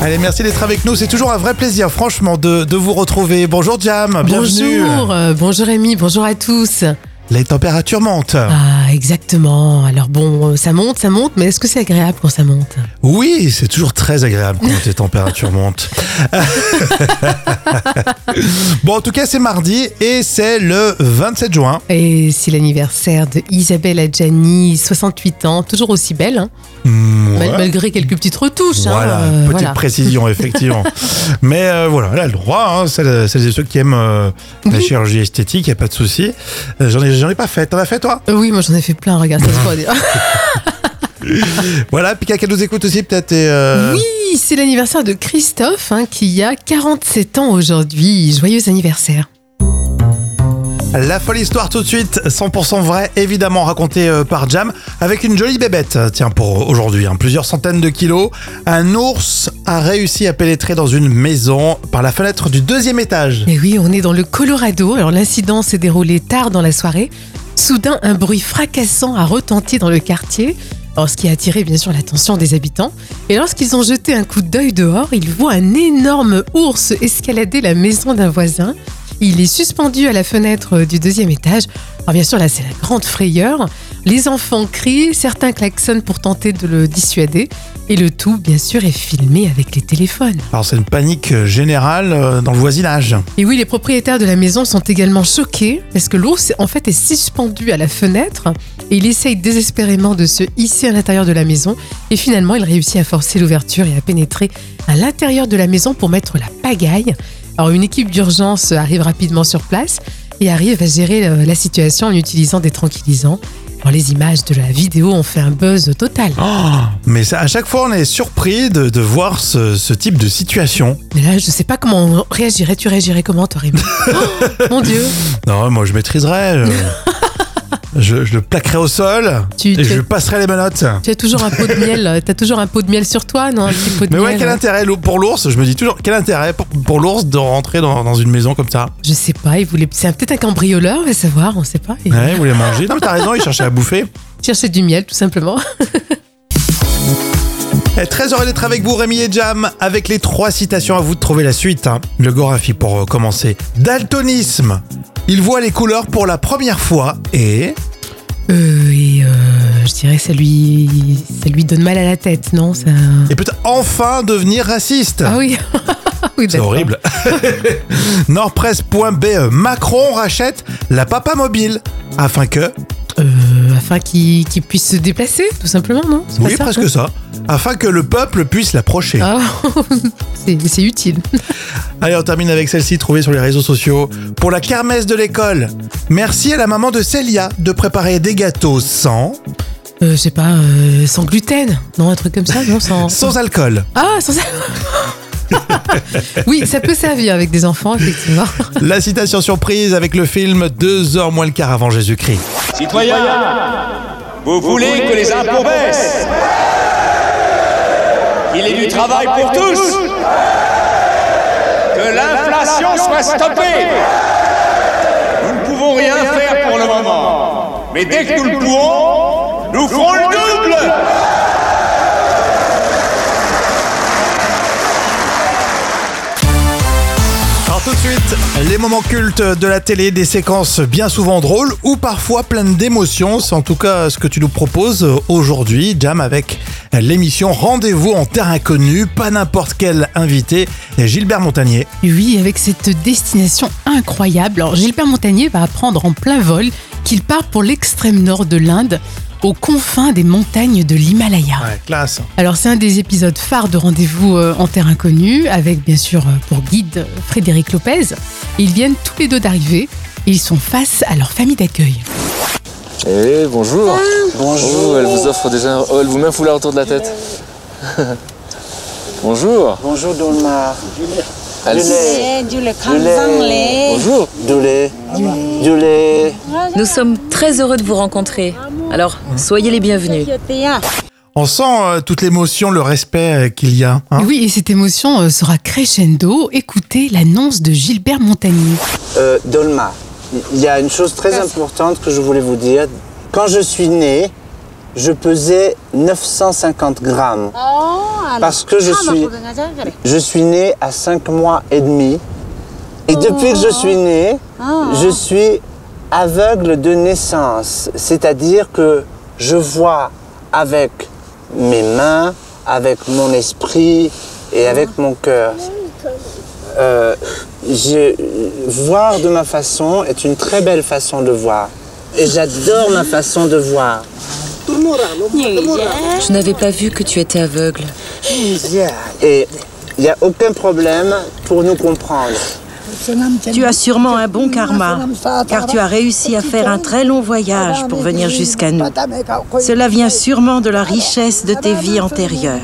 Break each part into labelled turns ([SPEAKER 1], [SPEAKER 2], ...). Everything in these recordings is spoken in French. [SPEAKER 1] Allez, merci d'être avec nous. C'est toujours un vrai plaisir, franchement, de, de vous retrouver. Bonjour Jam, Ah, bienvenue. Ah.
[SPEAKER 2] Bonjour, euh, bonjour Rémi, bonjour à tous.
[SPEAKER 1] Les températures montent.
[SPEAKER 2] Ah, exactement. Alors bon, euh, ça monte, ça monte, mais est-ce que c'est agréable quand ça monte
[SPEAKER 1] Oui, c'est toujours très agréable quand les températures montent. bon, en tout cas, c'est mardi et c'est le 27 juin.
[SPEAKER 2] Et c'est l'anniversaire de Isabelle Adjani, 68 ans, toujours aussi belle, hein,
[SPEAKER 1] Mm,
[SPEAKER 2] mal-
[SPEAKER 1] ouais.
[SPEAKER 2] malgré quelques petites retouches. hein,
[SPEAKER 1] Voilà,
[SPEAKER 2] euh,
[SPEAKER 1] petite
[SPEAKER 2] voilà.
[SPEAKER 1] précision, effectivement. Mais euh, voilà, elle a le droit, hein, celles, celles et ceux qui aiment euh, la
[SPEAKER 2] Oui.
[SPEAKER 1] chirurgie esthétique, il a pas de souci. Euh, J'en ai, j'en ai pas fait, t'en as fait toi
[SPEAKER 2] Euh, Oui, moi j'en ai fait plein, regarde, ça se voit déjà.
[SPEAKER 1] Voilà, Pika, qu'elle nous écoute aussi peut-être. et, euh,
[SPEAKER 2] Oui, c'est l'anniversaire de Christophe hein, qui a 47 ans aujourd'hui. Joyeux anniversaire.
[SPEAKER 1] La folle histoire tout de suite, 100% vrai, évidemment racontée euh, par Jam, avec une jolie bébête, euh, tiens, pour aujourd'hui, hein, plusieurs centaines de kilos. Un ours a réussi à pénétrer dans une maison par la fenêtre du deuxième étage.
[SPEAKER 2] Mais oui, on est dans le Colorado. Alors l'incident s'est déroulé tard dans la soirée. Soudain, un bruit fracassant a retenti dans le quartier. Alors, ce qui a attiré bien sûr l'attention des habitants. Et lorsqu'ils ont jeté un coup d'œil dehors, ils voient un énorme ours escalader la maison d'un voisin. Il est suspendu à la fenêtre du deuxième étage. Alors bien sûr, là, c'est la grande frayeur. Les enfants crient, certains klaxonnent pour tenter de le dissuader. Et le tout, bien sûr, est filmé avec les téléphones.
[SPEAKER 1] Alors c'est une panique euh, générale euh, dans le voisinage.
[SPEAKER 2] Et oui, les propriétaires de la maison sont également choqués parce que l'ours en fait est suspendu à la fenêtre et il essaye désespérément de se hisser à l'intérieur de la maison et finalement il réussit à forcer l'ouverture et à pénétrer à l'intérieur de la maison pour mettre la pagaille. Alors une équipe d'urgence arrive rapidement sur place et arrive à gérer euh, la situation en utilisant des tranquillisants. Alors les images de la vidéo ont fait un buzz total.
[SPEAKER 1] Mais ça, à chaque fois, on est surpris de, de voir ce, ce type de situation.
[SPEAKER 2] Mais là, je sais pas comment on réagirait. Tu réagirais comment, toi, Raymond Oh, Mon Dieu
[SPEAKER 1] Non, moi, je maîtriserais. Je, je- je le plaquerais au sol
[SPEAKER 2] Tu-
[SPEAKER 1] et
[SPEAKER 2] tu-
[SPEAKER 1] je passerais les menottes.
[SPEAKER 2] Tu as toujours un pot de miel, euh, t'as toujours un pot de miel sur toi, non Un petit pot de
[SPEAKER 1] Mais ouais,
[SPEAKER 2] miel,
[SPEAKER 1] quel
[SPEAKER 2] euh,
[SPEAKER 1] intérêt l'ou- pour l'ours Je me dis toujours, quel intérêt pour, pour l'ours de rentrer dans, dans une maison comme ça
[SPEAKER 2] Je sais pas, il voulait. C'est un- peut-être un cambrioleur, on va savoir, on sait pas. Il
[SPEAKER 1] Ouais, vous voulez manger Non, mais t'as raison, il cherchait à bouffer.
[SPEAKER 2] cherchait du miel, tout simplement.
[SPEAKER 1] Eh, Très heureux d'être avec vous, Rémi et Jam, avec les trois citations à vous de trouver la suite. hein. Le Gorafi pour euh, commencer. Daltonisme. Il voit les couleurs pour la première fois et...
[SPEAKER 2] Euh, et euh, je dirais, ça lui, ça lui donne mal à la tête, non ça...
[SPEAKER 1] Et peut enfin devenir raciste.
[SPEAKER 2] Ah oui, oui bah,
[SPEAKER 1] C'est
[SPEAKER 2] d'accord.
[SPEAKER 1] horrible. Nordpresse.be euh, Macron rachète la papa mobile afin que.
[SPEAKER 2] Euh, afin qu'il qu'il puisse se déplacer, tout simplement, non C'est pas
[SPEAKER 1] Oui,
[SPEAKER 2] ça, hein.
[SPEAKER 1] presque
[SPEAKER 2] non
[SPEAKER 1] ça. Afin que le peuple puisse l'approcher.
[SPEAKER 2] Ah, c'est c'est utile.
[SPEAKER 1] Allez, on termine avec celle-ci trouvée sur les réseaux sociaux. Pour la kermesse de l'école, merci à la maman de Célia de préparer des gâteaux sans.
[SPEAKER 2] Euh, je sais pas, euh, sans gluten, non Un truc comme ça, non sans...
[SPEAKER 1] sans alcool.
[SPEAKER 2] Ah, sans ça Oui, ça peut servir avec des enfants, effectivement.
[SPEAKER 1] la citation surprise avec le film Deux heures moins le quart avant Jésus-Christ.
[SPEAKER 3] Citoyens, vous, voulez que les impôts baissent Qu'il y ait du travail pour tous Que l'inflation soit stoppée Nous ne pouvons rien faire pour le moment. Mais dès que nous le pourrons, nous ferons le double
[SPEAKER 1] Alors tout de suite, les moments cultes de la télé, des séquences bien souvent drôles ou parfois pleines d'émotions. C'est en tout cas ce que tu nous proposes aujourd'hui, Jam, avec l'émission Rendez-vous en terre inconnue, pas n'importe quel invité, Gilbert Montagnier.
[SPEAKER 2] Oui, avec cette destination incroyable. Alors, Gilbert Montagnier va apprendre en plein vol qu'il part pour l'extrême nord de l'Inde, aux confins des montagnes de l'Himalaya.
[SPEAKER 1] Ouais, classe.
[SPEAKER 2] Alors, c'est un des épisodes phares de Rendez-vous euh, en Terre Inconnue, avec bien sûr euh, pour guide euh, Frédéric Lopez. Ils viennent tous les deux d'arriver et ils sont face à leur famille d'accueil.
[SPEAKER 4] Eh bonjour Bonjour Elle vous offre déjà... Oh, elle vous met foulard autour de la tête Bonjour
[SPEAKER 5] Euh, Bonjour Dolmar.
[SPEAKER 4] Elle...
[SPEAKER 5] lait.
[SPEAKER 4] Bonjour
[SPEAKER 5] Du lait. Du lait.
[SPEAKER 6] Nous sommes très heureux de vous rencontrer. Alors, soyez les bienvenus.
[SPEAKER 1] On sent euh, toute l'émotion, le respect euh, qu'il y a. hein.
[SPEAKER 2] oui, et cette émotion euh, sera crescendo. Écoutez l'annonce de Gilbert Montagnier.
[SPEAKER 1] Ah.
[SPEAKER 5] Euh, Dolmar, il y a une chose très importante que je voulais vous dire. Quand je suis né, je pesais 950 grammes. Parce que je suis, je suis né à 5 mois et demi. Et depuis que je suis né, je suis aveugle de naissance. C'est-à-dire que je vois avec mes mains, avec mon esprit et avec mon cœur. Euh, je- voir de ma façon est une très belle façon de voir. Et j'adore ma façon de voir.
[SPEAKER 6] Je n'avais pas vu que tu étais aveugle.
[SPEAKER 5] Et il n'y a aucun problème pour nous comprendre.
[SPEAKER 7] Tu as sûrement un bon karma, car tu as réussi à faire un très long voyage pour venir jusqu'à nous. Cela vient sûrement de la richesse de tes vies antérieures.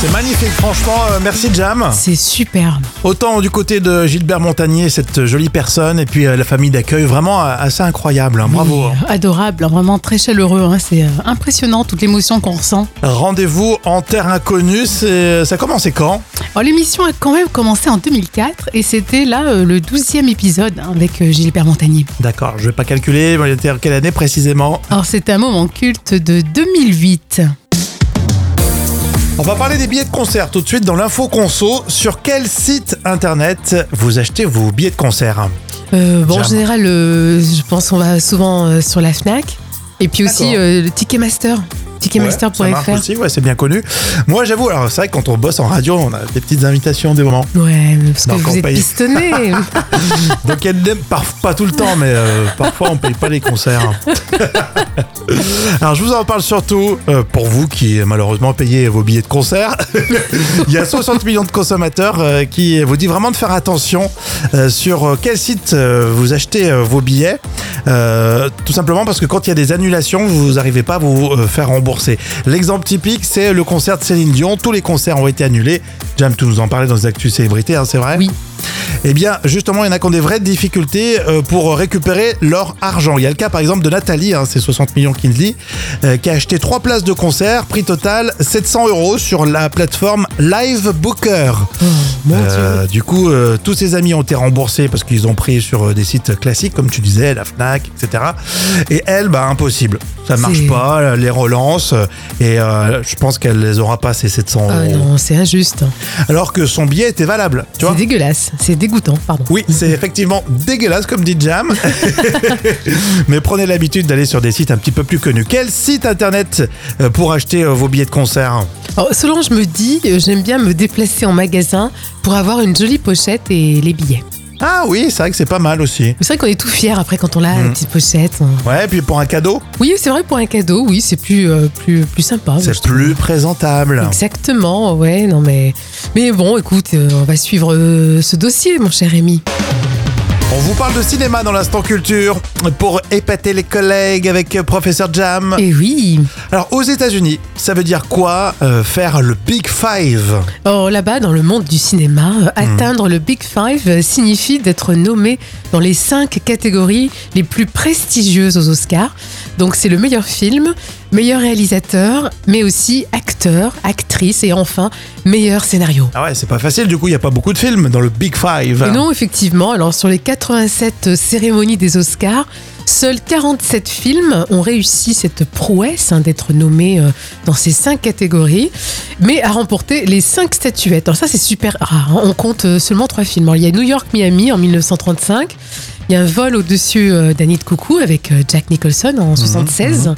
[SPEAKER 1] C'est magnifique, franchement. euh, merci, Jam.
[SPEAKER 2] C'est superbe.
[SPEAKER 1] Autant du côté de Gilbert Montagnier, cette jolie personne, et puis euh, la famille d'accueil, vraiment euh, assez incroyable. hein. Bravo. hein.
[SPEAKER 2] Oui, Adorable, hein, vraiment très chaleureux. hein. C'est euh, impressionnant toute l'émotion qu'on ressent.
[SPEAKER 1] Rendez-vous en terre inconnue. c'est- euh, Ça commence et quand
[SPEAKER 2] Alors, Oh, l'émission a quand même commencé en 2004 et c'était là euh, le 12e épisode hein, avec euh, Gilbert Montagnier.
[SPEAKER 1] D'accord, je vais pas calculer. mais j'étais à Quelle année précisément
[SPEAKER 2] Alors c'est un moment culte de 2008.
[SPEAKER 1] On va parler des billets de concert tout de suite dans l'info conso. Sur quel site internet vous achetez vos billets de concert
[SPEAKER 2] Euh, bon, en
[SPEAKER 1] Jam.
[SPEAKER 2] général, euh, je pense qu'on va souvent euh, sur la Fnac et puis aussi
[SPEAKER 1] D'accord.
[SPEAKER 2] euh, le Ticketmaster,
[SPEAKER 1] ça marche
[SPEAKER 2] ticketmaster.fr.
[SPEAKER 1] aussi, ouais, c'est bien connu. Moi, j'avoue, alors c'est vrai que quand on bosse en radio, on a des petites invitations des moments.
[SPEAKER 2] Ouais, mais parce
[SPEAKER 1] Non,
[SPEAKER 2] que
[SPEAKER 1] quand
[SPEAKER 2] vous
[SPEAKER 1] on
[SPEAKER 2] êtes
[SPEAKER 1] paye.
[SPEAKER 2] pistonné.
[SPEAKER 1] Donc elle n'aime par- pas tout le temps, mais euh, parfois on paye pas les concerts. Alors je vous en parle surtout euh, pour vous qui malheureusement payez vos billets de concert. Il y a 60 millions de consommateurs euh, qui vous dit vraiment de faire attention euh, sur euh, quel site euh, vous achetez euh, vos billets. Euh, tout simplement parce que quand il y a des annulations, vous n'arrivez pas à vous euh, faire rembourser. L'exemple typique, c'est le concert de Céline Dion. Tous les concerts ont été annulés. Jam, tu nous en parlais dans les actus célébrités, hein, c'est vrai
[SPEAKER 2] Oui.
[SPEAKER 1] eh bien, justement, il y en a qui ont des vraies difficultés euh, pour récupérer leur argent. Il y a le cas, par exemple, de Nathalie, hein, c'est 60 millions qu'il dit, euh, qui a acheté trois places de concert, prix total 700 euros sur la plateforme Live Booker.
[SPEAKER 2] Oh,
[SPEAKER 1] Euh, du coup, euh, tous ses amis ont été remboursés parce qu'ils ont pris sur euh, des sites classiques, comme tu disais, la Fnac, etc. Et elle, bah, impossible. Ça marche
[SPEAKER 2] C'est-
[SPEAKER 1] pas, elle les relance, euh, et euh, je pense qu'elle les aura pas, ces 700
[SPEAKER 2] Ah
[SPEAKER 1] euros.
[SPEAKER 2] non, c'est injuste.
[SPEAKER 1] Alors que son billet était valable, tu vois.
[SPEAKER 2] C'est dégueulasse. C'est dégoûtant, pardon.
[SPEAKER 1] Oui, c'est effectivement dégueulasse comme dit Jam. Mais prenez l'habitude d'aller sur des sites un petit peu plus connus. Quel site internet euh, pour acheter euh, vos billets de concert
[SPEAKER 2] Alors, Solange me dit, euh, j'aime bien me déplacer en magasin pour avoir une jolie pochette et les billets.
[SPEAKER 1] Ah oui, c'est vrai que c'est pas mal aussi.
[SPEAKER 2] C'est vrai qu'on est tout fier après quand on l'a, la petite pochette. hein.
[SPEAKER 1] Ouais, puis pour un cadeau,
[SPEAKER 2] Oui, c'est vrai pour un cadeau, oui, c'est plus, euh, plus, plus sympa. moi, je
[SPEAKER 1] c'est hein. plus présentable.
[SPEAKER 2] Exactement, ouais, non mais. Mais bon, écoute, euh, on va suivre euh, ce dossier, mon cher Rémi.
[SPEAKER 1] On vous parle de cinéma dans l'instant culture pour épater les collègues avec euh, professeur Jam.
[SPEAKER 2] Et Eh oui
[SPEAKER 1] Alors aux États-Unis, ça veut dire quoi euh, faire le Big Five
[SPEAKER 2] Or, Oh, là-bas, dans le monde du cinéma, euh, atteindre le Big Five euh, signifie d'être nommé dans les cinq catégories les plus prestigieuses aux Oscars. Donc, c'est le meilleur film, meilleur réalisateur, mais aussi acteur, actrice et enfin, meilleur scénario.
[SPEAKER 1] Ah ouais, c'est pas facile. Du coup, il y a pas beaucoup de films dans le Big Five.
[SPEAKER 2] Et non, effectivement, alors sur les 87 cérémonies des Oscars, seuls 47 films ont réussi cette prouesse hein, d'être nommés euh, dans ces cinq catégories, mais à remporter les cinq statuettes. Alors ça, c'est super rare. hein. On compte euh, seulement trois films. Alors, il y a New York-Miami en 1935. Il y a un vol au-dessus euh, d'Annie de Coucou avec euh, Jack Nicholson en 1976.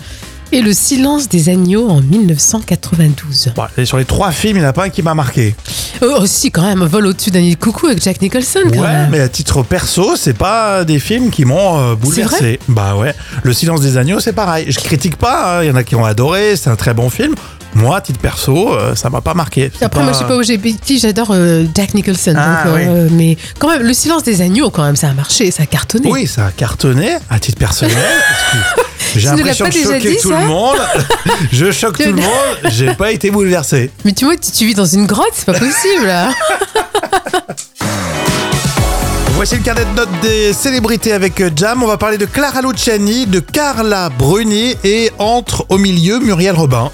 [SPEAKER 2] Et le silence des agneaux en 1992.
[SPEAKER 1] Bon, et sur les trois films, il n'y en a pas un qui m'a marqué.
[SPEAKER 2] Euh, aussi quand même, un vol au-dessus d'Annie de Coucou avec Jack Nicholson. quand
[SPEAKER 1] Ouais,
[SPEAKER 2] même.
[SPEAKER 1] mais à titre perso, c'est pas des films qui m'ont euh,
[SPEAKER 2] C'est
[SPEAKER 1] bouleversé. Bah ouais. Le silence des agneaux, c'est pareil. Je critique pas, hein. il y en a qui ont adoré, c'est un très bon film. Moi, à titre perso, euh, ça m'a pas marqué. C'est
[SPEAKER 2] Après, moi, je suis pas LGBT, j'adore euh, Jack Nicholson.
[SPEAKER 1] Bah. Ah,
[SPEAKER 2] donc, euh, Mais quand même, le silence des agneaux, quand même, ça a marché, ça a cartonné.
[SPEAKER 1] Oui, ça a cartonné, à titre personnel. parce que J'ai
[SPEAKER 2] Tu ne l'as
[SPEAKER 1] l'impression
[SPEAKER 2] pas
[SPEAKER 1] de
[SPEAKER 2] déjà
[SPEAKER 1] choquer
[SPEAKER 2] dit,
[SPEAKER 1] tout
[SPEAKER 2] ça
[SPEAKER 1] le monde. je choque tout le monde, j'ai pas été bouleversé.
[SPEAKER 2] Mais tu vois, tu, tu vis dans une grotte, c'est pas possible. hein. là.
[SPEAKER 1] Voici le carnet de notes des célébrités avec euh, Jam. On va parler de Clara Luciani, de Carla Bruni et entre au milieu Muriel Robin.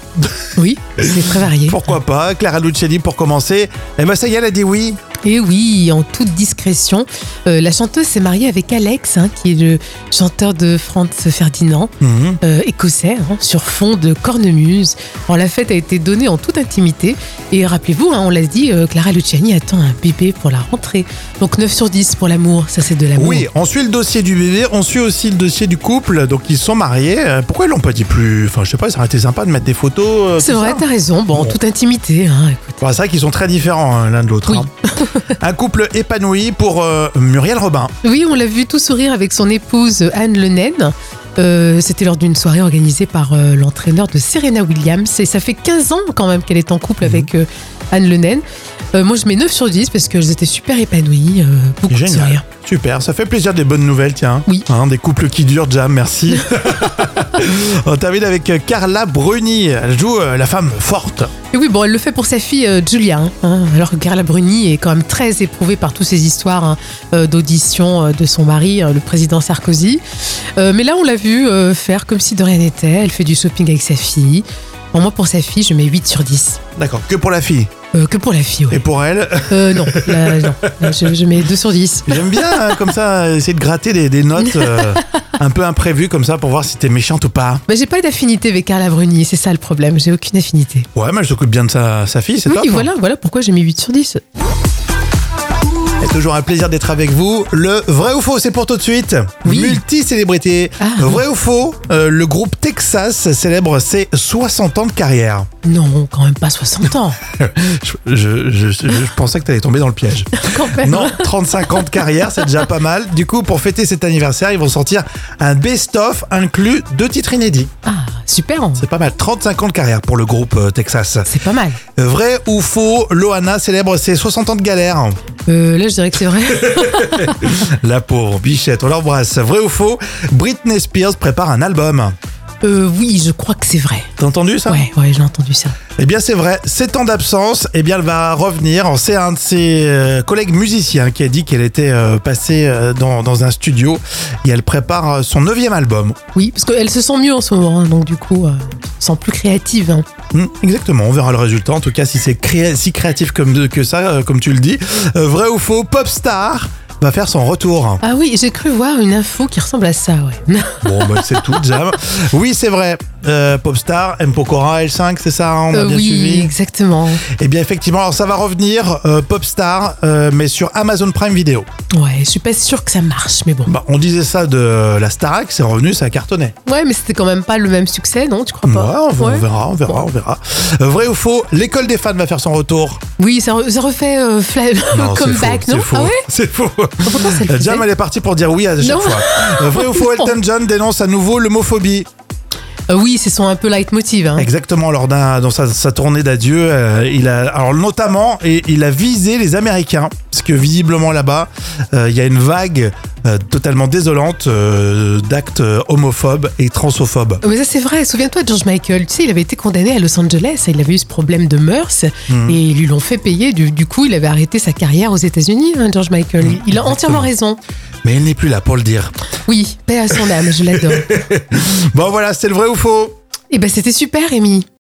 [SPEAKER 2] oui, c'est très varié.
[SPEAKER 1] Pourquoi pas Clara Luciani pour commencer. Eh ben ça y est, elle a dit oui.
[SPEAKER 2] Et oui, en toute discrétion, euh, la chanteuse s'est mariée avec Alex, hein, qui est le chanteur de Franz Ferdinand,
[SPEAKER 1] Mhm.
[SPEAKER 2] euh, écossais, hein, sur fond de cornemuse. Alors, la fête a été donnée en toute intimité. Et rappelez-vous, hein, on l'a dit, euh, Clara Luciani attend un bébé pour la rentrée. Donc 9 sur 10 pour l'amour, ça c'est de l'amour.
[SPEAKER 1] Eh ben, Oui, on suit le dossier du bébé, on suit aussi le dossier du couple, donc ils sont mariés. Euh, Pourquoi ils l'ont pas dit plus Enfin, je sais pas, ça aurait été sympa de mettre des photos. euh,
[SPEAKER 2] C'est
[SPEAKER 1] tout
[SPEAKER 2] vrai,
[SPEAKER 1] ça.
[SPEAKER 2] t'as raison. Bon, en
[SPEAKER 1] Bon.
[SPEAKER 2] toute intimité, hein, écoute.
[SPEAKER 1] Bon, c'est vrai qu'ils sont très différents hein, l'un de l'autre.
[SPEAKER 2] Oui.
[SPEAKER 1] hein. Un couple épanoui pour euh, Muriel Robin.
[SPEAKER 2] Oui, on l'a vu tout sourire avec son épouse Anne Le Naine. Euh, C'était lors d'une soirée organisée par euh, l'entraîneur de Serena Williams. Et ça fait 15 ans quand même qu'elle est en couple avec euh, Anne Le Naine. Euh, moi, je mets 9 sur 10 parce qu'elles étaient super épanouies. euh, beaucoup de sourires.
[SPEAKER 1] Génial. Super, ça fait plaisir des bonnes nouvelles, tiens.
[SPEAKER 2] Oui.
[SPEAKER 1] Hein, des couples qui durent, Jam, merci. on termine avec euh, Carla Bruni. Elle joue euh, la femme forte.
[SPEAKER 2] Et oui, bon, elle le fait pour sa fille euh, Julia. hein, hein, alors que Carla Bruni est quand même très éprouvée par toutes ces histoires hein, euh, d'audition euh, de son mari, euh, le président Sarkozy. Euh, mais là, on l'a vu euh, faire comme si de rien n'était. Elle fait du shopping avec sa fille. Bon, moi, pour sa fille, je mets 8 sur 10.
[SPEAKER 1] D'accord, que pour la fille.
[SPEAKER 2] Euh, que pour la fille,
[SPEAKER 1] Et
[SPEAKER 2] ouais.
[SPEAKER 1] pour elle,
[SPEAKER 2] Euh, non, là, non. Là, je, je mets 2 sur 10.
[SPEAKER 1] j'aime bien, hein, comme ça, essayer de gratter des, des notes euh, un peu imprévues, comme ça, pour voir si t'es méchante ou pas.
[SPEAKER 2] Mais Bah, j'ai pas d'affinité avec Carla Bruni, c'est ça le problème, j'ai aucune affinité.
[SPEAKER 1] Ouais, mais elle s'occupe bien de sa, sa fille, c'est
[SPEAKER 2] Oui,
[SPEAKER 1] top. hein.
[SPEAKER 2] voilà, voilà pourquoi j'ai mis 8 sur 10.
[SPEAKER 1] Et toujours un plaisir d'être avec vous. Le vrai ou faux, c'est pour tout de suite.
[SPEAKER 2] Oui.
[SPEAKER 1] Multi-célébrité.
[SPEAKER 2] Ah.
[SPEAKER 1] vrai ou faux, euh, le groupe Texas célèbre ses 60 ans de carrière.
[SPEAKER 2] Non, quand même pas 60 ans.
[SPEAKER 1] Je, je- je- je pensais que t'allais tomber dans le piège.
[SPEAKER 2] Quand même.
[SPEAKER 1] Non, 35 ans de carrière, c'est déjà pas mal. Du coup, pour fêter cet anniversaire, ils vont sortir un best-of inclus deux titres inédits.
[SPEAKER 2] Ah, super, hein.
[SPEAKER 1] C'est pas mal. 35 ans de carrière pour le groupe euh, Texas.
[SPEAKER 2] c'est pas mal.
[SPEAKER 1] Vrai ou faux, Loana célèbre ses 60 ans de galère.
[SPEAKER 2] Euh, là, je dirais que c'est vrai.
[SPEAKER 1] La pauvre bichette, on l'embrasse. Vrai ou faux, Britney Spears prépare un album.
[SPEAKER 2] Euh, oui, je crois que c'est vrai.
[SPEAKER 1] T'as entendu ça
[SPEAKER 2] Ouais, ouais, j'ai entendu ça.
[SPEAKER 1] Eh bien c'est vrai, 7 ans d'absence, eh bien elle va revenir. C'est un de ses euh, collègues musiciens qui a dit qu'elle était euh, passée euh, dans, dans un studio et elle prépare euh, son neuvième album.
[SPEAKER 2] Oui, parce qu'elle se sent mieux en ce moment, hein, donc du coup, euh, je me sens plus créative. hein.
[SPEAKER 1] Hmm, exactement, on verra le résultat. En tout cas, si c'est créa- si créatif comme de- que ça, euh, comme tu le dis. Euh, vrai ou faux, Popstar va faire son retour.
[SPEAKER 2] Ah oui, j'ai cru voir une info qui ressemble à ça, ouais.
[SPEAKER 1] Bon, bah, c'est tout, Jam. Oui, c'est vrai. Euh, Popstar, M. Pokora, L5, c'est ça, hein, on a
[SPEAKER 2] Euh,
[SPEAKER 1] bien
[SPEAKER 2] oui,
[SPEAKER 1] suivi.
[SPEAKER 2] exactement.
[SPEAKER 1] Eh bien, effectivement, alors ça va revenir, euh, Popstar, euh, mais sur Amazon Prime Video.
[SPEAKER 2] Ouais, je suis pas sûre que ça marche, mais bon.
[SPEAKER 1] Bah, on disait ça de la Starac, c'est revenu, ça a cartonné.
[SPEAKER 2] Ouais, mais c'était quand même pas le même succès, non Tu crois
[SPEAKER 1] Ouais,
[SPEAKER 2] pas
[SPEAKER 1] on, va- on
[SPEAKER 2] Ah bah, Ouais.
[SPEAKER 1] verra, on verra, on verra. Euh, vrai ou faux, l'école des fans va faire son retour.
[SPEAKER 2] Oui, ça, re- ça refait euh, fla-
[SPEAKER 1] c'est
[SPEAKER 2] comeback,
[SPEAKER 1] faux,
[SPEAKER 2] non
[SPEAKER 1] C'est faux. Euh,
[SPEAKER 2] Ah
[SPEAKER 1] c'est faux.
[SPEAKER 2] ouais Pourtant, ça le
[SPEAKER 1] La Jam,
[SPEAKER 2] faisait.
[SPEAKER 1] elle est partie pour dire oui à chaque
[SPEAKER 2] Non.
[SPEAKER 1] fois. Euh, Vrai ou faux,
[SPEAKER 2] Non.
[SPEAKER 1] Elton John dénonce à nouveau l'homophobie.
[SPEAKER 2] Euh, Oui, c'est son un peu leitmotiv. Hein.
[SPEAKER 1] Exactement, lors d'un, dans sa, sa tournée d'adieu, euh, il a, alors notamment, et, il a visé les Américains, parce que visiblement là-bas, euh, il y a une vague euh, totalement désolante euh, d'actes euh, homophobes et transophobes.
[SPEAKER 2] Mais ça, c'est vrai. Souviens-toi de George Michael. Tu sais, il avait été condamné à Los Angeles. Il avait eu ce problème de mœurs et ils lui l'ont fait payer. Du, du coup, il avait arrêté sa carrière aux États-Unis, hein, George Michael. il a entièrement raison.
[SPEAKER 1] Mais il n'est plus là pour le dire.
[SPEAKER 2] Oui, paix à son âme. Je l'adore.
[SPEAKER 1] Bon voilà, c'est le vrai ou faux
[SPEAKER 2] et ben, c'était super, Rémi.